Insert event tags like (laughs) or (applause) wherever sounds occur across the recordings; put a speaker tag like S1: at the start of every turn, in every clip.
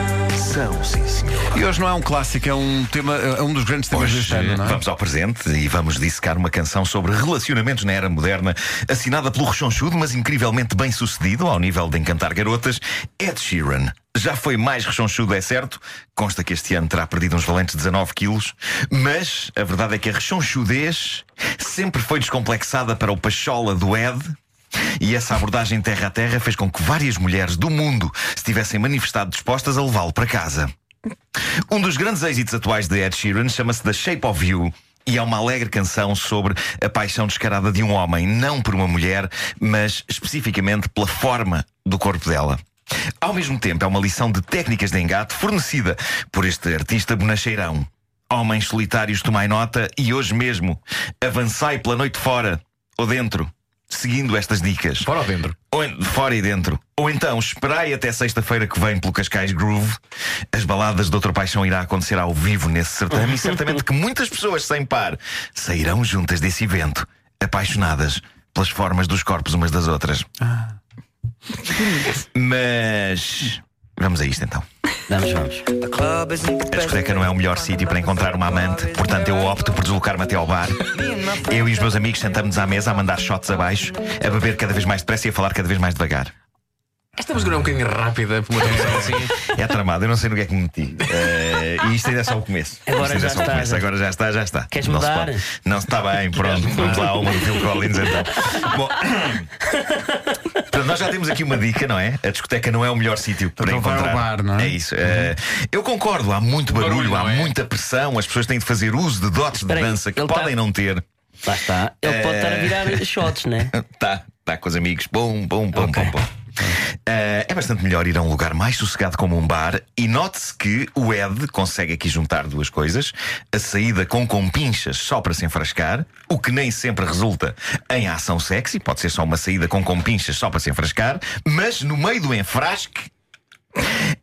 S1: Coração. Sim, senhor.
S2: E hoje não é um clássico, é um tema, é um dos grandes temas
S3: Hoje
S2: deste ano, não é?
S3: vamos ao presente e vamos dissecar uma canção sobre relacionamentos na era moderna, assinada pelo rechonchudo, mas incrivelmente bem sucedido ao nível de encantar garotas, Ed Sheeran. Já foi mais rechonchudo, é certo. Consta que este ano terá perdido uns valentes 19 quilos. Mas a verdade é que a rechonchudez sempre foi descomplexada para o pachola do Ed, e essa abordagem terra a terra fez com que várias mulheres do mundo se tivessem manifestado dispostas a levá-lo para casa. Um dos grandes êxitos atuais de Ed Sheeran chama-se The Shape of You. E é uma alegre canção sobre a paixão descarada de um homem, não por uma mulher, mas especificamente pela forma do corpo dela. Ao mesmo tempo, é uma lição de técnicas de engate fornecida por este artista bonacheirão. Homens solitários, tomai nota e hoje mesmo avançai pela noite fora ou dentro, seguindo estas dicas.
S2: Fora ou dentro?
S3: Ou en- fora e dentro. Ou então, esperai até sexta-feira que vem pelo Cascais Groove. As baladas de Doutor Paixão irá acontecer ao vivo nesse certame e certamente que muitas pessoas sem par sairão juntas desse evento, apaixonadas pelas formas dos corpos umas das outras. Mas vamos a isto então.
S4: Vamos, vamos.
S3: A discoteca não é o melhor sítio para encontrar uma amante, portanto eu opto por deslocar-me até ao bar. Eu e os meus amigos sentamos-nos à mesa a mandar shots abaixo, a beber cada vez mais depressa e a falar cada vez mais devagar.
S5: Esta música não é um bocadinho rápida
S2: (laughs)
S5: por uma canção assim.
S3: É tramado, eu não sei no que é que me meti. Eh, e isto ainda é só o começo. Isto
S4: Agora
S3: ainda é
S4: já
S3: só o
S4: está,
S3: começo.
S4: já.
S3: Agora já está, já está.
S4: Queres
S3: não se
S4: mudar?
S3: pode. Não está bem, pronto. Vamos lá, uma do Phil Collins então. Bom. portanto, Nós já temos aqui uma dica, não é? A discoteca não é o melhor sítio para
S2: Então vai ao
S3: encontrar.
S2: bar, não é?
S3: isso. Eh, eu concordo, há muito barulho,
S5: Barulho, não
S3: há
S5: é?
S3: muita pressão, as pessoas têm de fazer uso de dotes de
S4: Espera aí,
S3: dança que
S4: ele tá-
S3: podem não ter.
S4: Lá está. Ele pode estar a virar shots, (laughs) né?
S3: Tá, tá com os amigos. Bom, bom, bom, bom, bom. Ah, é bastante melhor ir a um lugar mais sossegado como um bar e note-se que o Ed consegue aqui juntar duas coisas: a saída com compinchas só para se enfrascar, o que nem sempre resulta em ação sexy, pode ser só uma saída com compinchas só para se enfrascar, mas no meio do enfrasque,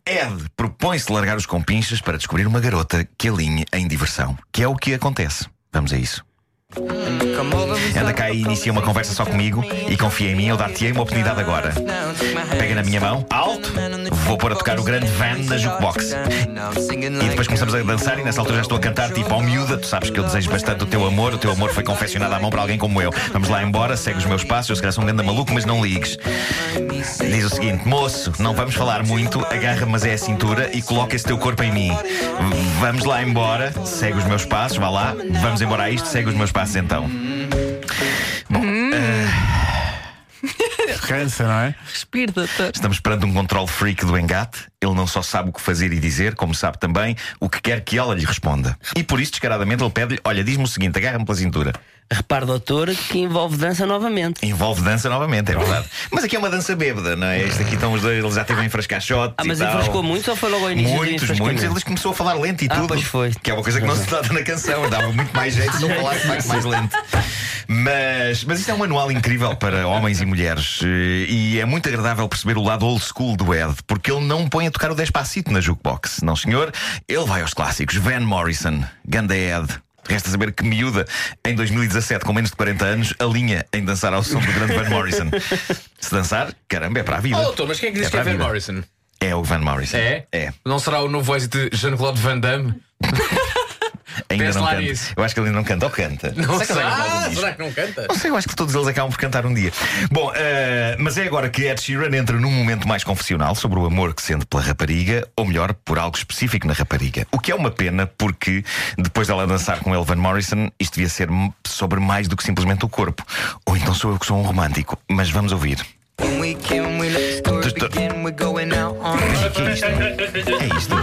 S3: Ed propõe-se largar os compinchas para descobrir uma garota que alinhe em diversão, que é o que acontece. Vamos a isso.
S6: Anda cá e inicia uma conversa só comigo e confia em mim, eu dar-te-ei uma oportunidade agora.
S3: Pega na minha mão, alto, vou pôr a tocar o grande van na jukebox. E depois começamos a dançar e nessa altura já estou a cantar tipo ao miúda, tu sabes que eu desejo bastante o teu amor, o teu amor foi confeccionado à mão para alguém como eu. Vamos lá embora, segue os meus passos, eu se calhar sou um grande maluco, mas não ligues. Diz o seguinte, moço, não vamos falar muito, agarra mas é a cintura e coloca esse teu corpo em mim. V- Vamos lá embora, segue os meus passos, vá lá, vamos embora a isto, segue os meus passos então.
S2: Cansa, não é?
S4: Respira, doutor.
S3: Estamos perante um controle freak do engate. Ele não só sabe o que fazer e dizer, como sabe também o que quer que ela lhe responda. E por isso, descaradamente, ele pede-lhe: Olha, diz-me o seguinte, agarra-me pela cintura.
S4: Repare, doutor, que envolve dança novamente.
S3: Envolve dança novamente, é verdade. mas aqui é uma dança bêbada, não é? Este aqui estão os dois, ele já teve a enfrascar shot.
S4: Ah, mas
S3: e tal.
S4: enfrascou muito ou foi logo ao início? do
S3: Muitos,
S4: enfrascamento?
S3: muitos. Ele começou a falar lento e
S4: Ah,
S3: tudo.
S4: pois foi.
S3: Que é uma coisa que não se trata na canção. Dava muito mais jeito se eu falasse mais, mais lento. Mas, mas isto é um manual incrível para homens e mulheres. eh, E é muito agradável perceber o lado old school do Ed, porque ele não põe a tocar o Despacito na jukebox. Não, senhor. Ele vai aos clássicos. Van Morrison, Ganda Ed. Resta saber que miúda, em 2017, com menos de 40 anos, alinha em dançar ao som do grande Van Morrison. Se dançar, caramba, é para a vida.
S5: Oh, doutor, mas quem é que diz
S3: É
S5: que é
S3: para a
S5: Van
S3: vida.
S5: Morrison?
S3: É o Van Morrison.
S5: É?
S3: É.
S5: Não será o novo êxito de Jean-Claude Van Damme?
S3: Ainda
S5: Pense
S3: não
S5: lá
S3: canta.
S5: nisso.
S3: Eu acho que ele ainda não canta ou canta.
S5: Não
S3: Será que ele
S5: será?
S3: canta algum disco?
S5: será que não canta?
S3: Não sei, eu acho que todos eles acabam por cantar um dia. Bom, eh, mas é agora que Ed Sheeran entra num momento mais confessional sobre o amor que sente pela rapariga, ou melhor, por algo específico na rapariga. O que é uma pena, porque depois dela dançar com Elvan Morrison, isto devia ser m- sobre mais do que simplesmente o corpo. Ou então sou eu que sou um romântico, mas vamos ouvir. O que é isto? É isto?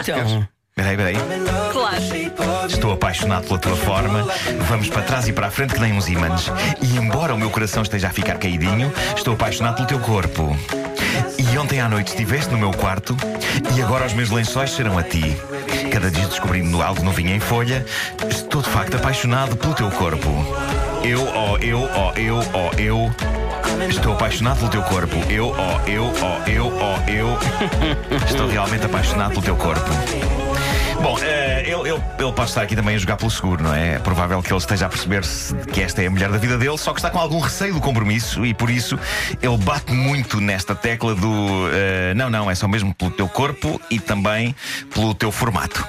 S4: Então,
S3: Peraí, peraí. Estou apaixonado pela tua forma. Vamos para trás e para a frente que nem uns imãs. E embora o meu coração esteja a ficar caidinho, estou apaixonado pelo teu corpo. E ontem à noite estiveste no meu quarto e agora os meus lençóis serão a ti. Cada dia descobrindo algo novinho em folha, estou de facto apaixonado pelo teu corpo. Eu, ó, eu, ó, eu, ó, eu. Estou apaixonado pelo teu corpo. Eu, ó, eu, ó, eu, ó, eu. Estou realmente apaixonado pelo teu corpo. Bom, eh, ele, ele, ele pode estar aqui também a jogar pelo seguro, não é? É provável que ele esteja a perceber-se que esta é a mulher da vida dele, só que está com algum receio do compromisso e por isso ele bate muito nesta tecla do eh, não, não, é só mesmo pelo teu corpo e também pelo teu formato.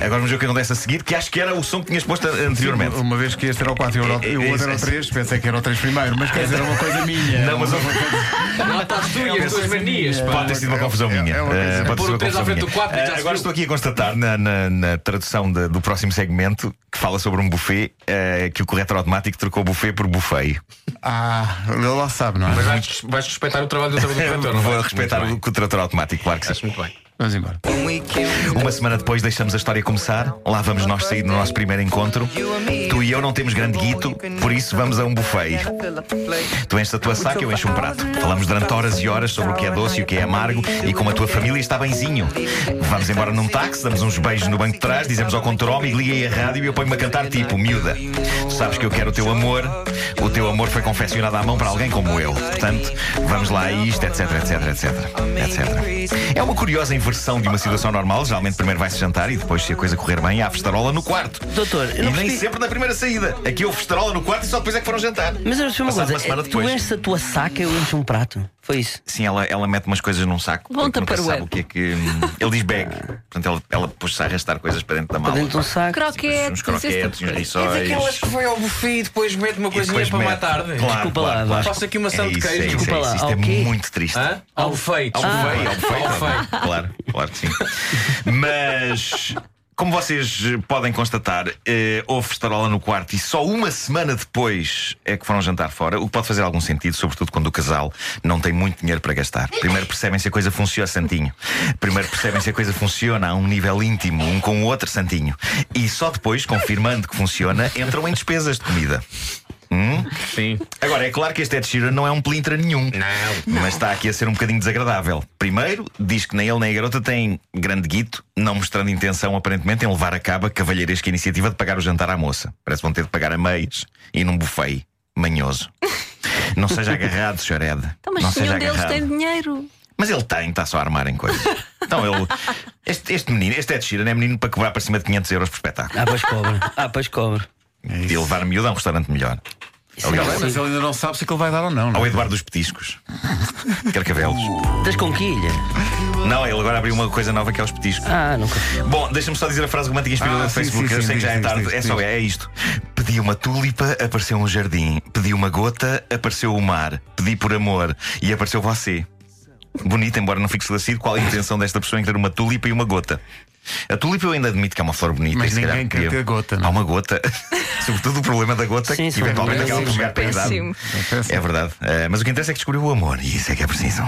S3: Agora vamos ver o que acontece a seguir, que acho que era o som que tinhas posto anteriormente.
S2: Uma vez que este era o 4 e o outro- e o outro era o 3, pensei que era o 3 primeiro, mas quer dizer, é uma coisa minha.
S3: Não, mas
S2: É
S3: houve-
S2: uma coisa-
S5: Lá estás tu e as tuas manias, pá.
S3: Pode ter sido uma confusão
S2: é-
S3: minha.
S2: é
S3: Eh,
S2: uma coisa-
S3: pode ter
S5: Pôr
S3: sido
S5: o
S3: uma
S5: um três à
S3: confusão
S5: frente
S3: minha.
S5: do quatro e
S3: Eh,
S5: já se
S3: Agora
S5: viu.
S3: estou aqui a constatar na, na- na tradução da- do próximo segmento que fala sobre um buffet eh, que o corretor automático trocou buffet por buffet.
S2: Ah, ele lá sabe, não
S5: Mas
S2: é?
S5: vais, vais respeitar o trabalho do teu
S3: (laughs)
S5: diretor, não
S3: Vou
S5: vais?
S3: respeitar o
S5: Muito bem.
S3: corretor automático, claro que sim.
S5: Acho muito bem.
S2: Vamos embora.
S3: Uma semana depois deixamos a história começar. Lá vamos nós sair no nosso primeiro encontro. Tu e eu não temos grande guito, por isso vamos a um (laughs) buffet. Tu enches a tua saca, eu encho um prato. Falamos durante horas e horas sobre o que é doce e o que é amargo e como a tua família está benzinho. Vamos embora num táxi, damos uns beijos no banco de trás, dizemos ao contor homem, liguei a rádio e eu ponho-me a cantar tipo, miúda. Tu sabes que eu quero o teu amor, o teu amor foi confeccionado à mão para alguém como eu. Portanto, vamos lá a isto, etc, etc, etc, etc. É uma curiosa inversão de uma situação normal. Geralmente primeiro vai-se jantar e depois, se a coisa correr bem, há festarola no quarto.
S4: Doutor,
S3: E
S4: eu não
S3: nem
S4: percebi.
S3: sempre na primeira saída. Aqui houve festarola no quarto e só depois é que foram jantar.
S4: Mas eu percebi uma
S3: Passado
S4: coisa:
S3: uma semana
S4: é, tu
S3: depois.
S4: enches a tua saca e eu encho um prato. Foi isso.
S3: Sim, ela, ela mete umas coisas num saco.
S1: Bom
S3: porque nunca
S1: Tupperware.
S3: sabe o que é que. hum, Ele diz bag.
S5: Ah.
S3: Portanto, ela, ela pôs-se a arrastar coisas para dentro da
S4: Para
S3: mala.
S4: dentro de um saco.
S1: Croquetes,
S3: uns croquetes, uns
S1: esse tipo
S5: É
S3: riçóis.
S5: daquelas que foi ao buffet e depois mete uma
S3: e depois
S5: coisinha para
S3: mete.
S5: mais tarde.
S3: Claro,
S4: Desculpa
S3: claro,
S4: lá,
S3: claro.
S4: Vasco.
S5: Faço aqui uma
S3: É
S5: Ah? ação de
S3: isso, é isso, é
S5: queijo.
S3: isso.
S4: Desculpa lá,
S3: Isto
S4: ao
S3: é
S4: quê?
S3: muito triste.
S5: Hã? Ao feito.
S3: Ao feio, Ah. ao feio,
S5: Ao
S3: claro,
S5: feio.
S3: claro, claro que sim. Mas. Como vocês eh, podem constatar, eh, houve festarola no quarto e só uma semana depois é que foram jantar fora, o que pode fazer algum sentido, sobretudo quando o casal não tem muito dinheiro para gastar. Primeiro percebem se a coisa funciona, Santinho. Primeiro percebem se a coisa funciona a um nível íntimo, um com o outro, Santinho. E só depois, confirmando que funciona, entram em despesas de comida.
S5: Sim.
S3: Agora, é claro que este Ed Sheeran não é um pelintra nenhum.
S5: Não.
S3: Mas está aqui a ser um bocadinho desagradável. Primeiro, diz que nem ele nem a garota têm grande guito, não mostrando intenção, aparentemente, em levar a cabo a cavalheiresca iniciativa de pagar o jantar à moça. Parece que vão ter de pagar a meios e num buffet manhoso. Não seja agarrado, Sr. Ed.
S1: Então,
S3: não
S1: mas
S3: seja
S1: nenhum deles
S3: agarrado.
S1: tem dinheiro.
S3: Mas ele tem, está só a armar em coisas. Então ele. Este, este menino, este Ed Sheeran é menino para cobrar para cima de 500 euros por espetáculo.
S4: Ah, pois cobre. Ah, pois cobre.
S3: E levar miúdo a um restaurante melhor.
S4: Isso
S2: Está
S4: é
S2: bem, mas
S4: assim.
S2: ele ainda não sabe se aquilo vai dar ou não. não
S3: Ao
S2: é?
S3: Eduardo dos Petiscos. Carcavelos.
S2: Uh.
S4: Das conquilhas.
S3: Não, ele agora abriu uma coisa nova que é os petiscos.
S4: Ah, nunca.
S3: Bom, deixa-me só dizer a frase romântica inspiradora
S2: Ah,
S3: do
S2: sim,
S3: Facebook.
S2: sim,
S3: eu
S2: sim,
S3: sei que
S2: diz,
S3: já é
S2: diz,
S3: tarde.
S2: diz,
S3: é só,
S2: diz.
S3: é isto. Pedi uma tulipa, apareceu um jardim. Pedi uma gota, apareceu o mar. Pedi por amor e apareceu você. Bonito, embora não fique esclarecido qual a intenção desta pessoa em ter uma tulipa e uma gota. A tulipa eu ainda admito que é uma flor bonita.
S2: Mas
S3: e se calhar
S2: ninguém quer
S3: podia-
S2: ter gota, não é?
S3: Há uma gota. (laughs) Sobretudo o problema da gota,
S4: Sim,
S3: que
S4: sim,
S3: eventualmente
S2: é
S3: acaba por
S2: péssimo.
S3: chegar para a idade.
S1: Péssimo.
S2: É péssimo.
S3: É verdade. Eh, mas o que interessa é que descobriu o amor e isso é que é preciso.